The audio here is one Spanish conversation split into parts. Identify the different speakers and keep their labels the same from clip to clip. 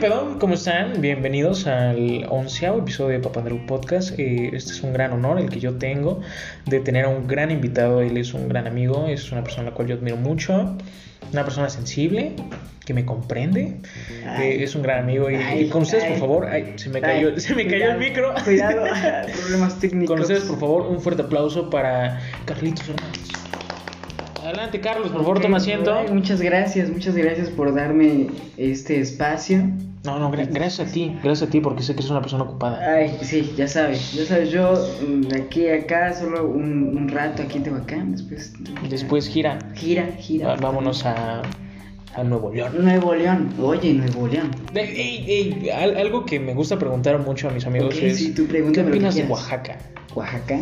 Speaker 1: pedo? ¿Cómo están? Bienvenidos al onceavo episodio de Papandrew Podcast. Eh, este es un gran honor el que yo tengo de tener a un gran invitado. Él es un gran amigo, es una persona a la cual yo admiro mucho, una persona sensible que me comprende.
Speaker 2: Ay.
Speaker 1: Eh, es un gran amigo y,
Speaker 2: Ay,
Speaker 1: y con ustedes, por
Speaker 2: ay.
Speaker 1: favor, ay, se me cayó,
Speaker 2: Ay,
Speaker 1: se me cayó el micro.
Speaker 2: cuidado, Cuidado, problemas técnicos.
Speaker 1: Con ustedes, por favor, un fuerte aplauso para Carlitos Hernández. Adelante, Carlos, por favor,
Speaker 2: Ok,
Speaker 1: toma asiento.
Speaker 2: ay, Muchas gracias, muchas gracias por darme este espacio.
Speaker 1: No, no, gra- gracias a ti, gracias a ti porque sé que eres una persona ocupada.
Speaker 2: Ay, sí, ya sabes, ya sabes, yo mm, de aquí a acá, solo un, un rato aquí en Tehuacán, después...
Speaker 1: Después gira.
Speaker 2: Gira, gira.
Speaker 1: Ah, Vámonos a, a Nuevo León.
Speaker 2: Nuevo León, oye, Nuevo León.
Speaker 1: De- ey, ey, al- algo que me gusta preguntar mucho a mis amigos
Speaker 2: Ok,
Speaker 1: es:
Speaker 2: sí, tú
Speaker 1: ¿Qué
Speaker 2: pregúntame lo que
Speaker 1: opinas de
Speaker 2: quieras.
Speaker 1: Oaxaca?
Speaker 2: Oaxaca.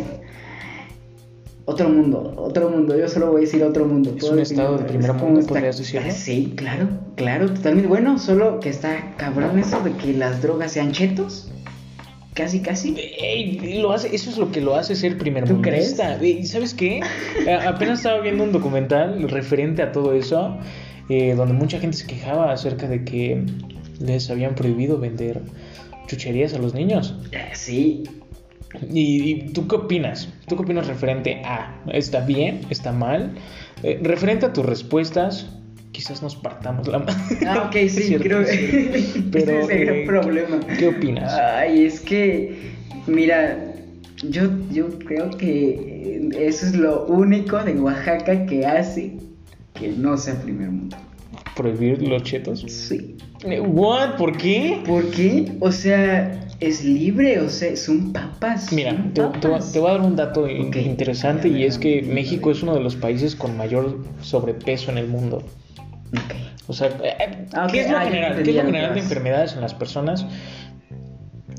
Speaker 2: Otro mundo, otro mundo, yo solo voy a decir otro mundo.
Speaker 1: Es
Speaker 2: Puedo
Speaker 1: un
Speaker 2: definir-
Speaker 1: estado de primer
Speaker 2: es como
Speaker 1: mundo,
Speaker 2: esta-
Speaker 1: podrías decirlo.
Speaker 2: Ah, Sí, claro, claro, totalmente. Bueno, solo que está cabrón eso de que las drogas sean chetos. Casi, casi.
Speaker 1: Ey, lo hace, eso es lo que lo hace ser primer
Speaker 2: ¿Tú crees?
Speaker 1: ¿Y sabes qué? A- Apenas estaba viendo un documental referente a todo eso, eh, donde mucha gente se quejaba acerca de que les habían prohibido vender chucherías a los niños.
Speaker 2: Ah, Sí.
Speaker 1: ¿Y, y tú qué opinas? ¿Tú qué opinas referente a? ¿Está bien? ¿Está mal? Eh, referente a tus respuestas, quizás nos partamos la mano.
Speaker 2: Ah, ok,
Speaker 1: Es
Speaker 2: sí,
Speaker 1: cierto,
Speaker 2: creo
Speaker 1: es cierto.
Speaker 2: que
Speaker 1: Pero,
Speaker 2: ese sería
Speaker 1: eh,
Speaker 2: el problema.
Speaker 1: ¿Qué opinas?
Speaker 2: Ay, es que, mira, yo, yo creo que eh, eso es lo único de Oaxaca que hace que no sea primer mundo.
Speaker 1: ¿Prohibir los chetos?
Speaker 2: Sí.
Speaker 1: Eh, ¿What? ¿Por qué?
Speaker 2: ¿Por qué? O sea, es libre, o sea, son papas.
Speaker 1: Mira,
Speaker 2: son
Speaker 1: te, te voy a-
Speaker 2: papas.
Speaker 1: te voy a dar un dato in-
Speaker 2: Ok.
Speaker 1: interesante
Speaker 2: A ver,
Speaker 1: y es
Speaker 2: a
Speaker 1: que
Speaker 2: ver, a
Speaker 1: México
Speaker 2: ver.
Speaker 1: es uno de los países con mayor sobrepeso en el mundo.
Speaker 2: Ok.
Speaker 1: O sea, eh, eh,
Speaker 2: Ah, ok,
Speaker 1: ¿qué es lo
Speaker 2: ah, ya
Speaker 1: general,
Speaker 2: entendí
Speaker 1: ¿qué es lo
Speaker 2: a lo que
Speaker 1: general de
Speaker 2: vas.
Speaker 1: enfermedades en las personas?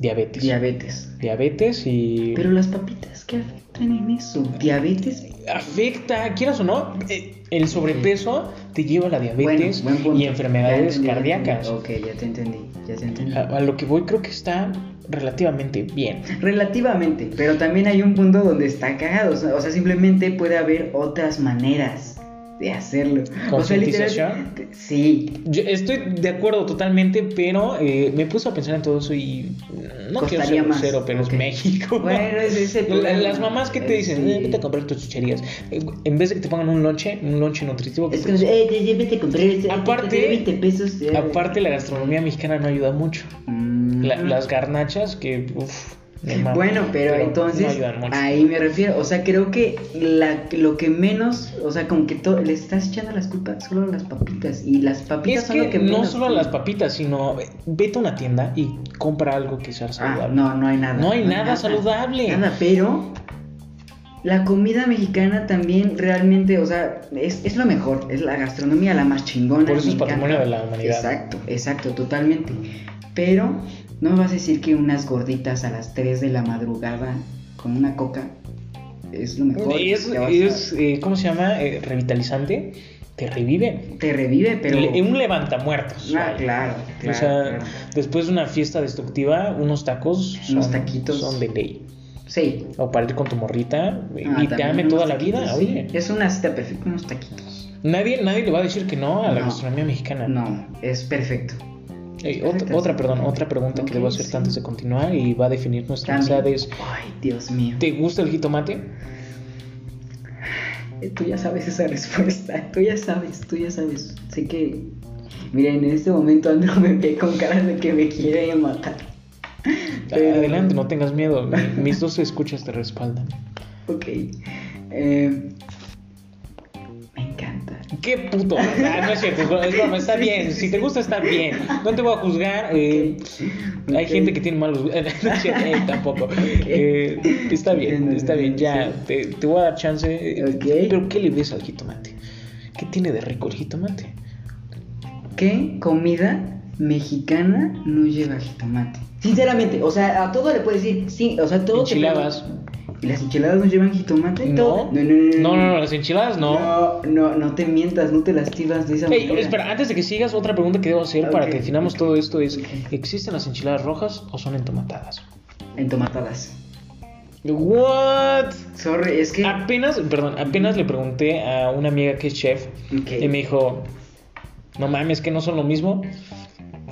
Speaker 1: Diabetes.
Speaker 2: Diabetes.
Speaker 1: Diabetes y...
Speaker 2: Pero las papitas, ¿qué afectan en eso? Diabetes.
Speaker 1: afecta, quieras o no, eh, el sobrepeso te lleva a la diabetes
Speaker 2: Bueno, buen punto.
Speaker 1: y enfermedades
Speaker 2: Ya entendí, ya
Speaker 1: cardíacas. Ah.
Speaker 2: entendí. Ok, ya te entendí, ya te entendí.
Speaker 1: A, a lo que voy creo que está relativamente bien.
Speaker 2: Relativamente, pero también hay un punto donde está cagado. O sea, o sea, simplemente puede haber otras maneras de hacerlo. O sea,
Speaker 1: ¿Concientización?
Speaker 2: literal. te- Sí.
Speaker 1: Yo estoy de acuerdo totalmente, pero eh, me puse a pensar en todo eso y no quiero
Speaker 2: Costaría
Speaker 1: ser
Speaker 2: más.
Speaker 1: grosero, pero es
Speaker 2: Ok.
Speaker 1: México.
Speaker 2: Bueno, es ese
Speaker 1: La-
Speaker 2: problema.
Speaker 1: Las mamás que te
Speaker 2: Eh,
Speaker 1: dicen,
Speaker 2: sí.
Speaker 1: "Eh, vete a comprar tus chucherías. eh, En vez de que te pongan un lonche, un lonche nutritivo. que
Speaker 2: Es
Speaker 1: te-
Speaker 2: como, eh, ya, ya vete a comprar este-
Speaker 1: Aparte-
Speaker 2: este 20 pesos. eh".
Speaker 1: Aparte, la gastronomía mexicana no ayuda mucho.
Speaker 2: Mm.
Speaker 1: La- las garnachas que, uff, me maman,
Speaker 2: Bueno, pero,
Speaker 1: no
Speaker 2: entonces ah,
Speaker 1: ayudan mucho.
Speaker 2: ahí me refiero, o sea, creo que la, lo que menos, o sea, como que to- le estás echando las culpas solo a las papitas y las papitas
Speaker 1: Es
Speaker 2: son
Speaker 1: que,
Speaker 2: lo que
Speaker 1: no
Speaker 2: menos.
Speaker 1: solo las papitas, sino eh, vete a una tienda y compra algo que sea
Speaker 2: Ah,
Speaker 1: saludable.
Speaker 2: no, no hay nada.
Speaker 1: No hay nada saludable.
Speaker 2: Nada, pero la comida mexicana también realmente, o sea, es, es lo mejor. Es la gastronomía la más chingona.
Speaker 1: Por eso
Speaker 2: me
Speaker 1: es patrimonio de
Speaker 2: encanta.
Speaker 1: la humanidad.
Speaker 2: Exacto, exacto, totalmente. Pero no me vas a decir que unas gorditas a las 3 de la madrugada con una coca es lo mejor.
Speaker 1: es,
Speaker 2: Te vas a-
Speaker 1: es, eh, ¿cómo se llama? Eh, revitalizante. Te revive.
Speaker 2: Te revive, pero.
Speaker 1: Le- un levantamuertos.
Speaker 2: Ah,
Speaker 1: vaya.
Speaker 2: claro, claro.
Speaker 1: o sea,
Speaker 2: claro.
Speaker 1: después de una fiesta destructiva, unos tacos son,
Speaker 2: Unos taquitos.
Speaker 1: son de ley.
Speaker 2: Sí.
Speaker 1: O para ir con tu morrita eh,
Speaker 2: Ah,
Speaker 1: y te
Speaker 2: también
Speaker 1: ame
Speaker 2: unos
Speaker 1: toda la
Speaker 2: taquitos,
Speaker 1: vida.
Speaker 2: sí.
Speaker 1: Oye,
Speaker 2: Es una cita perfecta, unos taquitos.
Speaker 1: nadie, nadie le va a decir que no a la
Speaker 2: No.
Speaker 1: gastronomía mexicana.
Speaker 2: No, es perfecto.
Speaker 1: Eh, ot- otra, perdón, otra pregunta que
Speaker 2: Ok,
Speaker 1: debo hacer
Speaker 2: sí.
Speaker 1: antes de continuar y va a definir nuestra amistad es
Speaker 2: Ay, Dios mío.
Speaker 1: ¿Te gusta el jitomate?
Speaker 2: Eh, Tú ya sabes esa respuesta. Tú ya sabes, tú ya sabes. Sé que. Miren, en este momento Andro me ve con caras de que me quiere matar. Pero-
Speaker 1: Adelante, no tengas miedo. mi- Mis dos escuchas te respaldan.
Speaker 2: Ok. Eh, me encanta.
Speaker 1: ¡Qué puto! Ah, no es cierto, es broma, es broma, está bien. Si te gusta, está bien. No te voy a juzgar. eh,
Speaker 2: Ok.
Speaker 1: Hay gente que tiene malos. no es cierto, eh, tampoco. Eh, está bien,
Speaker 2: Entiendo,
Speaker 1: está bien, ya.
Speaker 2: entiendo,
Speaker 1: Te, te voy a dar chance.
Speaker 2: Ok.
Speaker 1: Pero ¿qué le ves al jitomate? ¿Qué tiene de rico el jitomate?
Speaker 2: ¿Qué comida mexicana no lleva jitomate? Sinceramente, o sea, a todo le puedes decir, sí, o sea, todo. te
Speaker 1: Enchiladas.
Speaker 2: puede- ¿Y las enchiladas no llevan jitomate?
Speaker 1: No,
Speaker 2: Todo-
Speaker 1: no, no, no, las enchiladas no.
Speaker 2: No, no, no te mientas, no te lastivas de esa
Speaker 1: Ey,
Speaker 2: manera.
Speaker 1: espera, antes de que sigas, otra pregunta que debo hacer para
Speaker 2: Ok,
Speaker 1: que definamos todo esto es,
Speaker 2: ok.
Speaker 1: ¿existen las enchiladas rojas o son entomatadas?
Speaker 2: Entomatadas.
Speaker 1: What?
Speaker 2: Sorry, es que.
Speaker 1: Apenas, perdón, apenas le pregunté a una amiga que es chef
Speaker 2: Ok.
Speaker 1: y me dijo, no mames, que no son lo mismo.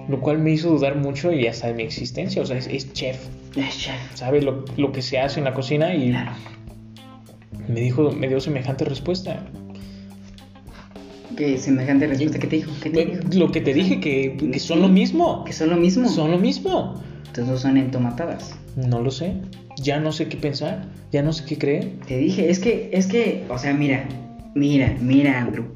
Speaker 1: lo cual me hizo dudar mucho y hasta de mi existencia. O sea, es, es chef,
Speaker 2: Es chef.
Speaker 1: sabe lo, lo que se hace en la cocina y
Speaker 2: Claro.
Speaker 1: me dijo, me dio semejante respuesta.
Speaker 2: Que semejante respuesta que te dijo. ¿Qué te dijo?
Speaker 1: Lo que te dije, que, que son lo mismo.
Speaker 2: Que son lo mismo.
Speaker 1: Son lo mismo.
Speaker 2: Estos dos son entomatadas.
Speaker 1: No lo sé. Ya no sé qué pensar. Ya no sé qué creer.
Speaker 2: Te dije, es que, es que, o sea, mira, mira, mira, Andrew.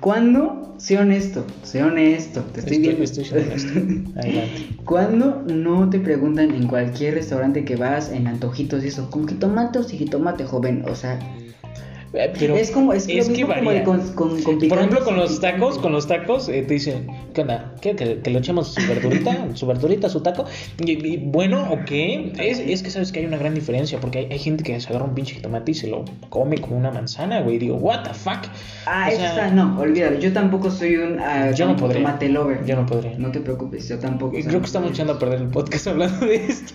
Speaker 2: ¿Cuándo? Sé honesto, sé honesto, te estoy
Speaker 1: Estoy-
Speaker 2: viendo.
Speaker 1: estoy siendo honesto. Adelante.
Speaker 2: ¿Cuándo no te preguntan en cualquier restaurante que vas en antojitos y eso, con jitomates y jitomate, joven? O sea,
Speaker 1: Eh, Pero
Speaker 2: es como, es, lo
Speaker 1: es que
Speaker 2: mismo como
Speaker 1: varía.
Speaker 2: el con, con, con
Speaker 1: Por ejemplo,
Speaker 2: picantes
Speaker 1: con
Speaker 2: y
Speaker 1: los
Speaker 2: picantes.
Speaker 1: tacos, con los tacos eh, te dicen, ¿qué onda? ¿Qué, que, que le echamos su verdurita, su verdurita, su taco? Y, y, bueno, ok. Es, es que sabes que hay una gran diferencia, porque hay, hay gente que se agarra un pinche tomate y se lo come como una manzana, güey. Y digo, what the fuck?
Speaker 2: Ah,
Speaker 1: O
Speaker 2: eso
Speaker 1: sea,
Speaker 2: está, no, olvídalo, yo tampoco soy un ah,
Speaker 1: Yo no podría.
Speaker 2: tomate lover.
Speaker 1: Yo no podría.
Speaker 2: No te preocupes, yo tampoco. o
Speaker 1: Y
Speaker 2: sea,
Speaker 1: Creo
Speaker 2: no
Speaker 1: que estamos
Speaker 2: podría.
Speaker 1: echando a perder el podcast hablando de esto.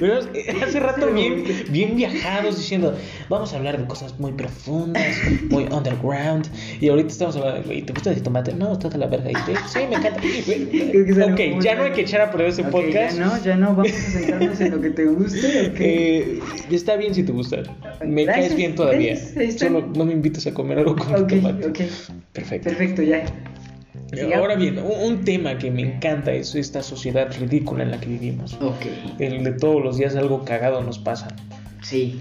Speaker 1: Pero, eh, hace rato bien, bien viajados diciendo, vamos a hablar de cosas muy profundas, muy underground. Y ahorita estamos hablando, güey, ¿te gusta el tomate? No, está de la verga. Y te- sí, me encanta.
Speaker 2: Creo que se nos
Speaker 1: ok, ya
Speaker 2: ocurre.
Speaker 1: no hay que echar a perder ese
Speaker 2: Ok,
Speaker 1: podcast.
Speaker 2: Ya no, ya no, vamos a centrarnos en lo que te guste. ok.
Speaker 1: Eh, está bien si te gusta. Me
Speaker 2: Gracias,
Speaker 1: caes bien todavía.
Speaker 2: gracias, ahí está.
Speaker 1: Solo no me invitas a comer algo con
Speaker 2: ok,
Speaker 1: tomate.
Speaker 2: ok,
Speaker 1: Perfecto.
Speaker 2: perfecto, ya. Sigamos.
Speaker 1: Ahora bien, un, un tema que me encanta es esta sociedad ridícula en la que vivimos.
Speaker 2: Ok,
Speaker 1: el de todos los días algo cagado nos pasa.
Speaker 2: sí.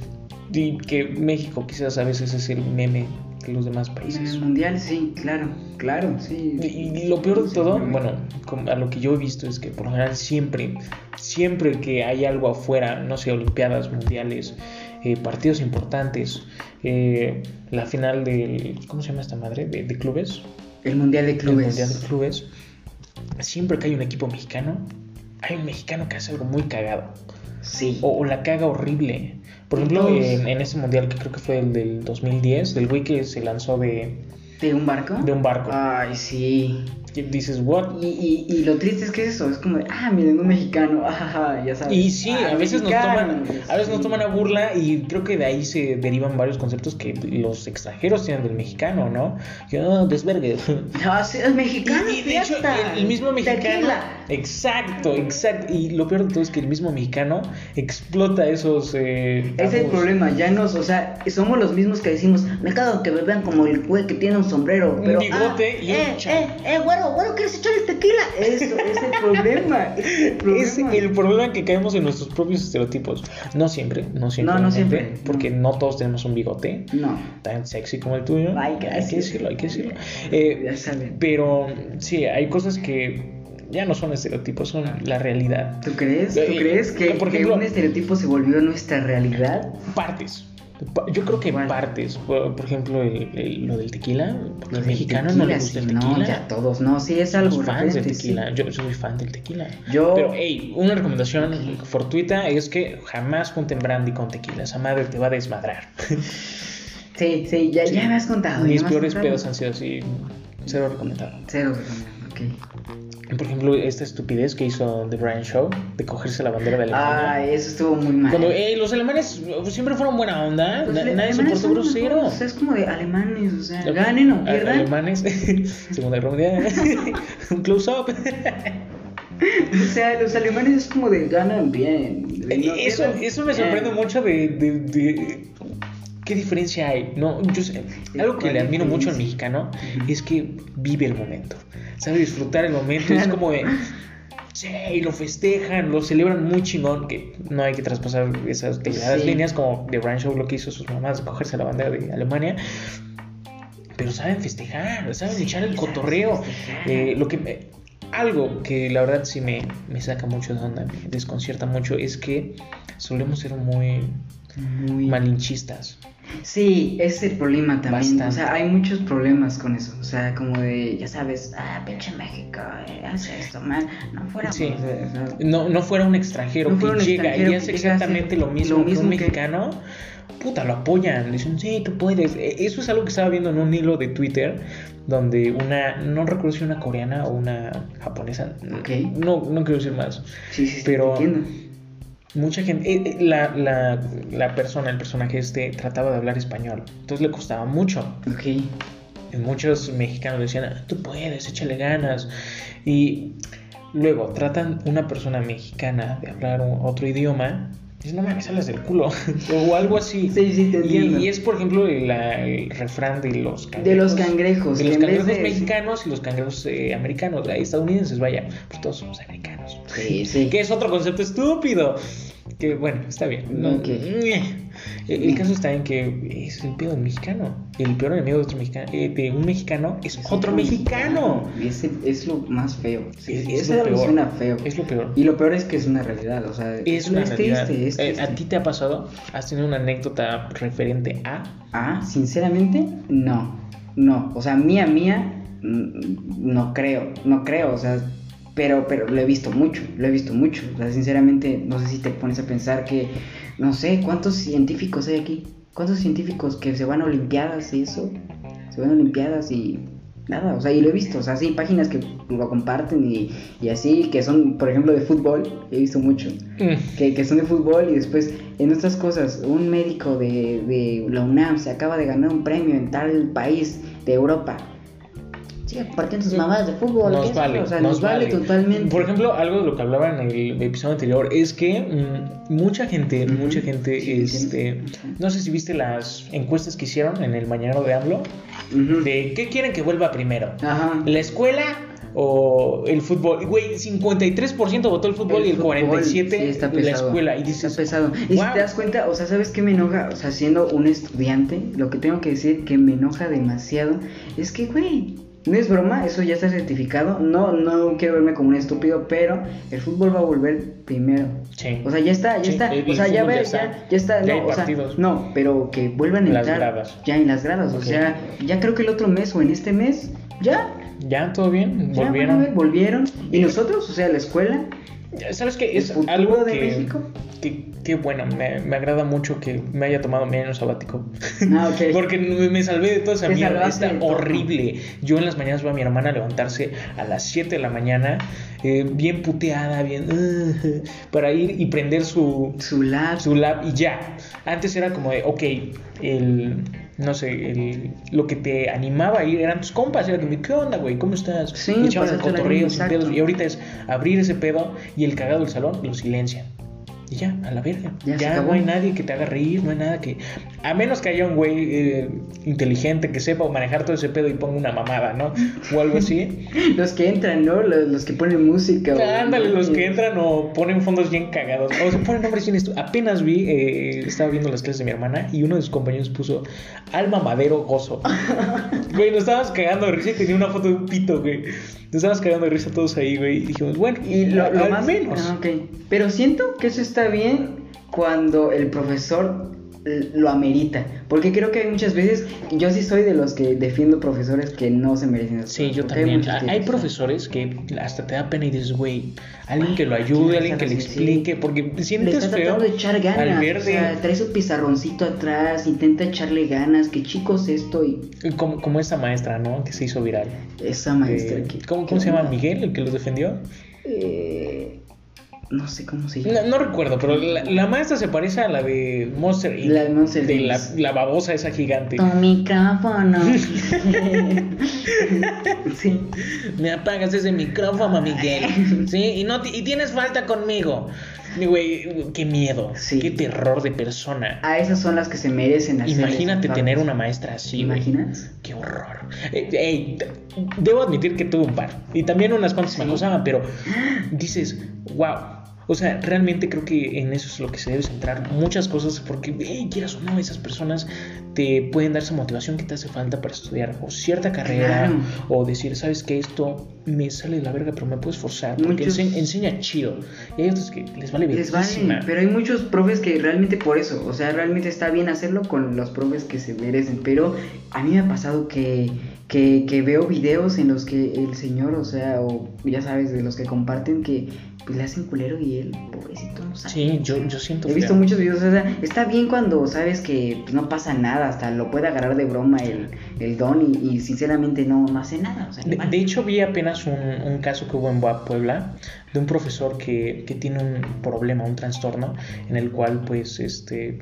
Speaker 1: Y que México quizás a veces es el meme de los demás
Speaker 2: En el
Speaker 1: países.
Speaker 2: mundial, sí, claro, claro, sí.
Speaker 1: Y, y lo peor de todo, bueno, como a lo que yo he visto es que por lo general siempre, siempre que hay algo afuera, no sé, Olimpiadas, Mundiales, eh, partidos importantes, eh, la final del, ¿cómo se llama esta madre? De, de clubes.
Speaker 2: El mundial de
Speaker 1: El
Speaker 2: clubes.
Speaker 1: Mundial de clubes. Siempre que hay un equipo mexicano, hay un mexicano que hace algo muy cagado.
Speaker 2: Sí.
Speaker 1: o, o la caga horrible. Por ejemplo,
Speaker 2: Todos.
Speaker 1: en, en ese mundial que creo que fue el del 2010, del güey que se lanzó de,
Speaker 2: ¿De un barco?
Speaker 1: de un barco.
Speaker 2: Ay, sí.
Speaker 1: Y dices, what?
Speaker 2: Y, y, y lo triste es que eso, es como, ah, miren, un mexicano, ajaja, ya sabes.
Speaker 1: Y sí,
Speaker 2: Ah,
Speaker 1: a veces nos
Speaker 2: mexicanos,
Speaker 1: toman, a veces nos
Speaker 2: sí.
Speaker 1: toman a burla y creo que de ahí se derivan varios conceptos que los extranjeros tienen del mexicano, ¿no? Yo, no, desvergue.
Speaker 2: Ah, sí, el mexicano.
Speaker 1: Y, y de hecho,
Speaker 2: fiesta,
Speaker 1: el, el mismo mexicano.
Speaker 2: tequila.
Speaker 1: Exacto, exacto. Y lo peor de todo es que el mismo mexicano explota esos. eh,
Speaker 2: Ese es el
Speaker 1: tabús.
Speaker 2: problema, ya nos, o sea, somos los mismos que decimos, me cago que me vean como el güey que tiene un sombrero,
Speaker 1: Un
Speaker 2: pero.
Speaker 1: bigote y un
Speaker 2: eh,
Speaker 1: cha-
Speaker 2: eh, eh, güero, güero, ¿quieres echarle tequila? Eso, ese es el problema, ese es el problema.
Speaker 1: Es el problema que caemos en nuestros propios estereotipos. No siempre, no siempre.
Speaker 2: No, no
Speaker 1: obviamente,
Speaker 2: siempre.
Speaker 1: Porque no todos tenemos un bigote
Speaker 2: No.
Speaker 1: tan sexy como el tuyo.
Speaker 2: Ay,
Speaker 1: hay que
Speaker 2: gracias.
Speaker 1: decirlo, hay que decirlo. Eh,
Speaker 2: Ya saben.
Speaker 1: pero sí, hay cosas que ya no son estereotipos, son la realidad.
Speaker 2: ¿Tú crees? ¿Tú
Speaker 1: Eh,
Speaker 2: crees que,
Speaker 1: por
Speaker 2: que
Speaker 1: ejemplo-
Speaker 2: un estereotipo se volvió nuestra realidad?
Speaker 1: Partes. Pa- Yo creo que
Speaker 2: ¿Cuál?
Speaker 1: partes. Por por ejemplo, el- el- lo del tequila. Porque
Speaker 2: Los
Speaker 1: al mexicano no le gusta el tequila.
Speaker 2: No, ya todos, no, sí, es algo
Speaker 1: Somos fans del
Speaker 2: realmente, sí.
Speaker 1: tequila. Yo, yo soy fan del tequila.
Speaker 2: Yo-
Speaker 1: Pero, hey, una recomendación fortuita es que jamás junten brandy con tequila. Esa madre te va a desmadrar.
Speaker 2: Sí, sí, ya, ya me has contado.
Speaker 1: Mis
Speaker 2: ya me has
Speaker 1: peores
Speaker 2: contado.
Speaker 1: pedos han sido así. Cero recomendado.
Speaker 2: Cero, perdón, ok.
Speaker 1: Por ejemplo, esta estupidez que hizo The Brian Show de cogerse la bandera de Alemania.
Speaker 2: Ay, Ah, eso estuvo muy mal.
Speaker 1: Cuando, hey, los alemanes uh, siempre fueron buena onda.
Speaker 2: Pues,
Speaker 1: eh, na-
Speaker 2: ale-
Speaker 1: nadie se portó
Speaker 2: alemanes son
Speaker 1: grosero.
Speaker 2: mejores, es como de alemanes, o sea, ganen o
Speaker 1: A-
Speaker 2: pierdan.
Speaker 1: Alemanes, Segunda Guerra Mundial. Un close-up.
Speaker 2: O sea, los alemanes es como de ganan bien. de no
Speaker 1: eso,
Speaker 2: pierdan,
Speaker 1: eso me sorprende
Speaker 2: bien.
Speaker 1: mucho de, de- de- qué diferencia hay. No, yo sé-
Speaker 2: Sí,
Speaker 1: algo que
Speaker 2: ¿cuál
Speaker 1: le admiro mucho al
Speaker 2: diferencia?
Speaker 1: mexicano es que vive el momento. Sabe disfrutar el momento. Es
Speaker 2: Claro.
Speaker 1: como de. Sí, y lo festejan, lo celebran muy chingón. Que no hay que traspasar esas delgadas
Speaker 2: Sí.
Speaker 1: líneas como The Brian Show lo que hizo sus mamás, cogerse la bandera de Alemania. Pero saben festejar, saben
Speaker 2: Sí,
Speaker 1: echar el
Speaker 2: saben
Speaker 1: cotorreo.
Speaker 2: festejar.
Speaker 1: Eh, lo que me- algo que la verdad sí me, me saca mucho de onda, me desconcierta mucho, es que solemos ser muy
Speaker 2: Muy
Speaker 1: malinchistas.
Speaker 2: Sí, ese es el problema también.
Speaker 1: Bastante.
Speaker 2: O sea, hay muchos problemas con eso. O sea, como de, ya sabes, ah, pinche México, eh, hace esto mal. No fuera
Speaker 1: Sí. No, no fuera un extranjero
Speaker 2: No
Speaker 1: que
Speaker 2: fuera un
Speaker 1: llega
Speaker 2: extranjero
Speaker 1: y
Speaker 2: que
Speaker 1: hace
Speaker 2: llega a hacer
Speaker 1: exactamente lo
Speaker 2: lo
Speaker 1: mismo, que un
Speaker 2: mismo que-
Speaker 1: mexicano, puta, lo apoyan, le dicen, sí, tú puedes. E- Eso es algo que estaba viendo en un hilo de Twitter, donde una, no recuerdo si una coreana o una japonesa,
Speaker 2: Ok.
Speaker 1: no, no quiero decir más,
Speaker 2: Sí, sí, sí,
Speaker 1: Pero-
Speaker 2: te entiendo.
Speaker 1: Mucha gente, eh, eh, la, la- la persona, el personaje este, trataba de hablar español, entonces le costaba mucho.
Speaker 2: Ok.
Speaker 1: muchos mexicanos decían, "Ah, tú puedes, échale ganas. Y luego tratan una persona mexicana de hablar un- otro idioma. y Dicen, no mames, hablas del culo. o algo así.
Speaker 2: Sí, sí, te
Speaker 1: Y,
Speaker 2: entiendo.
Speaker 1: y es, por ejemplo, la- el refrán de los cangrejos.
Speaker 2: De los cangrejos.
Speaker 1: De
Speaker 2: que
Speaker 1: los
Speaker 2: en vez
Speaker 1: cangrejos
Speaker 2: de-
Speaker 1: mexicanos y los cangrejos eh, americanos, eh, estadounidenses, vaya. Pues todos somos americanos.
Speaker 2: Sí, sí.
Speaker 1: Que es otro concepto estúpido. Que bueno, está bien. no-
Speaker 2: Ok.
Speaker 1: Eh, El, caso está en que es el peor mexicano. El peor enemigo de, otro mexicano, eh, de un mexicano es,
Speaker 2: Es
Speaker 1: otro, mexicano.
Speaker 2: Y ese es lo más feo. Sí,
Speaker 1: Es- es
Speaker 2: eso
Speaker 1: lo
Speaker 2: me
Speaker 1: peor.
Speaker 2: suena feo.
Speaker 1: Es lo peor.
Speaker 2: Y lo peor es que es una realidad, o sea,
Speaker 1: Es una realidad.
Speaker 2: triste, es
Speaker 1: Eh,
Speaker 2: triste.
Speaker 1: ¿A ti te ha pasado? ¿Has tenido una anécdota referente a?
Speaker 2: Ah, sinceramente, no. No, o sea, mía, mía, mm, no creo, no creo, o sea, pero, pero lo he visto mucho, lo he visto mucho. O sea, sinceramente, no sé si te pones a pensar que, no sé, ¿cuántos científicos hay aquí? ¿Cuántos científicos que se van a Olimpiadas y eso? Se van a Olimpiadas y nada, o sea, y lo he visto, o sea, sí, páginas que lo comparten y, y así, que son, por ejemplo, de fútbol, he visto mucho que, que son de fútbol y después en otras cosas, un médico de, de la UNAM se acaba de ganar un premio en tal país de Europa. Sigue partiendo sus mamadas de fútbol. ¿qué
Speaker 1: Nos
Speaker 2: es?
Speaker 1: vale,
Speaker 2: O sea, nos, vale, totalmente.
Speaker 1: Por ejemplo, algo de lo que hablaba en el episodio anterior es que mm, mucha gente,
Speaker 2: Ujú.
Speaker 1: mucha gente,
Speaker 2: Sí, sí,
Speaker 1: este,
Speaker 2: sí.
Speaker 1: no sé si viste las encuestas que hicieron en el mañanero de AMLO,
Speaker 2: Ujú.
Speaker 1: de qué quieren que vuelva primero,
Speaker 2: Ajá.
Speaker 1: la escuela o el fútbol. Y, Güey, 53% votó el fútbol y el
Speaker 2: fútbol,
Speaker 1: 47
Speaker 2: sí, está
Speaker 1: la
Speaker 2: pesado,
Speaker 1: escuela. Y
Speaker 2: está
Speaker 1: dices,
Speaker 2: pesado. Y
Speaker 1: "Guau".
Speaker 2: si te das cuenta, o sea, ¿sabes qué me enoja? O sea, siendo un estudiante, lo que tengo que decir que me enoja demasiado es que, güey, no es broma, eso ya está certificado. No, no quiero verme como un estúpido, pero el fútbol va a volver primero.
Speaker 1: Sí.
Speaker 2: O sea, ya está, ya
Speaker 1: Sí,
Speaker 2: está.
Speaker 1: el-
Speaker 2: O sea,
Speaker 1: el
Speaker 2: ya,
Speaker 1: fútbol ya
Speaker 2: ve- ya,
Speaker 1: está.
Speaker 2: ya está.
Speaker 1: Ya
Speaker 2: no,
Speaker 1: hay
Speaker 2: o sea,
Speaker 1: partidos.
Speaker 2: no, pero que vuelvan a
Speaker 1: En las
Speaker 2: entrar.
Speaker 1: gradas.
Speaker 2: Ya en las gradas.
Speaker 1: Ok.
Speaker 2: O sea, ya creo que el otro mes o en este mes, ya.
Speaker 1: ¿Ya todo bien?
Speaker 2: ya,
Speaker 1: ¿Volvieron?
Speaker 2: bueno, volvieron. Y nosotros, o sea, la escuela,
Speaker 1: ¿Sabes qué?
Speaker 2: ¿El
Speaker 1: Es
Speaker 2: futuro
Speaker 1: algo
Speaker 2: de
Speaker 1: que,
Speaker 2: México?
Speaker 1: que, que, bueno, me, me agrada mucho que me haya tomado mi año sabático.
Speaker 2: Ah, ok.
Speaker 1: Porque me me salvé de toda esa
Speaker 2: Te
Speaker 1: mierda.
Speaker 2: salvaste
Speaker 1: Está
Speaker 2: de todo.
Speaker 1: horrible. Yo en las mañanas veo a mi hermana a levantarse a las 7 de la mañana, eh, bien puteada, bien. "Ugh", para ir y prender su,
Speaker 2: su lab,
Speaker 1: su lab y ya. Antes era como de, ok, el. No sé, el- lo que te animaba a ir eran tus compas. Era como, ¿qué onda, güey? ¿Cómo estás?
Speaker 2: Sí,
Speaker 1: Y echaban el
Speaker 2: pasártela bien,
Speaker 1: cotorreo sin
Speaker 2: exacto.
Speaker 1: pedos. Y ahorita es abrir ese pedo y el cagado del salón lo silencian. Y ya, a la verga. Ya,
Speaker 2: Ya se acabó.
Speaker 1: no hay nadie que te haga reír, no hay nada que. A menos que haya un güey eh, inteligente que sepa manejar todo ese pedo y ponga una mamada, ¿no? O algo así.
Speaker 2: Los que entran, ¿no? Los, los que ponen música. o-
Speaker 1: Ándale, los que entran o ponen fondos bien cagados. O se ponen nombres bien estúpidos. Apenas vi, eh, estaba viendo las clases de mi hermana y uno de sus compañeros puso Alma Madero Gozo. güey, nos estábamos cagando de risa y tenía una foto de un pito, güey. Nos estábamos cagando de risa todos ahí, güey. Y dijimos, bueno,
Speaker 2: Y lo, lo
Speaker 1: al
Speaker 2: más.
Speaker 1: menos.
Speaker 2: Ah, ok. Pero siento que eso está bien cuando el profesor l- lo amerita. Porque creo que hay muchas veces. Yo sí soy de los que defiendo profesores que no se merecen esas
Speaker 1: Sí,
Speaker 2: cosas,
Speaker 1: yo
Speaker 2: porque hay
Speaker 1: también. Ah,
Speaker 2: muchos
Speaker 1: Hay,
Speaker 2: que-
Speaker 1: hay profesores que hasta te da pena y dices, güey, alguien que lo ayude,
Speaker 2: ¿quién
Speaker 1: alguien que le
Speaker 2: sabe si sí?
Speaker 1: explique, porque
Speaker 2: Le
Speaker 1: sientes
Speaker 2: está
Speaker 1: feo
Speaker 2: tratando de echar ganas.
Speaker 1: al
Speaker 2: O
Speaker 1: verde.
Speaker 2: sea, trae su pizarroncito atrás, intenta echarle ganas. Que chicos, esto y
Speaker 1: Como, como esa maestra, ¿no? Que se hizo viral.
Speaker 2: esa maestra.
Speaker 1: Eh,
Speaker 2: que-
Speaker 1: ¿Cómo,
Speaker 2: que
Speaker 1: cómo se llama?
Speaker 2: onda.
Speaker 1: ¿Miguel, el que los defendió?
Speaker 2: Eh, no sé cómo se llama.
Speaker 1: No, no recuerdo, pero la, la maestra se parece a la de Monster Inc.
Speaker 2: La de Monster
Speaker 1: de
Speaker 2: Inc. Ah.
Speaker 1: la, la babosa esa gigante.
Speaker 2: Tu micrófono. sí.
Speaker 1: Me apagas ese micrófono, Miguel. Sí, y, no, ti- y tienes falta conmigo. Y, Güey, qué miedo,
Speaker 2: Sí.
Speaker 1: qué terror de persona.
Speaker 2: A Ah, esas son las que se merecen hacer
Speaker 1: Imagínate
Speaker 2: esas
Speaker 1: tener
Speaker 2: partes.
Speaker 1: una maestra así, güey.
Speaker 2: ¿Imaginas?
Speaker 1: Qué horror. Eh, ey, t- debo admitir que tuve un par. Y también unas cuantas me acosaban, pero dices, wow. O sea, realmente creo que en eso es lo que se debe centrar. Muchas cosas, porque ey, quieras o no, esas personas te pueden dar esa motivación que te hace falta para estudiar o cierta carrera,
Speaker 2: Claro.
Speaker 1: o decir, sabes que esto me sale de la verga, pero me puedo esforzar, porque
Speaker 2: Muchos-
Speaker 1: ense- enseña chido. Y hay otros que les vale
Speaker 2: Les vale,
Speaker 1: verguísima.
Speaker 2: pero hay muchos profes que realmente por eso, o sea, realmente está bien hacerlo con los profes que se merecen, pero a mí me ha pasado que, que, que veo videos en los que el señor, o sea, o ya sabes, de los que comparten que pues, le hacen culero y él, pobrecito, no sabe.
Speaker 1: Sí, yo, yo siento
Speaker 2: He visto
Speaker 1: feo.
Speaker 2: muchos videos, o sea, está bien cuando sabes que pues, no pasa nada, hasta lo puede agarrar de broma el, el don y, y sinceramente no, no hace nada. O sea, le
Speaker 1: De,
Speaker 2: vale.
Speaker 1: de hecho, vi apenas un, un caso que hubo en Boa Puebla de un profesor que, que, tiene un problema, un trastorno, en el cual pues este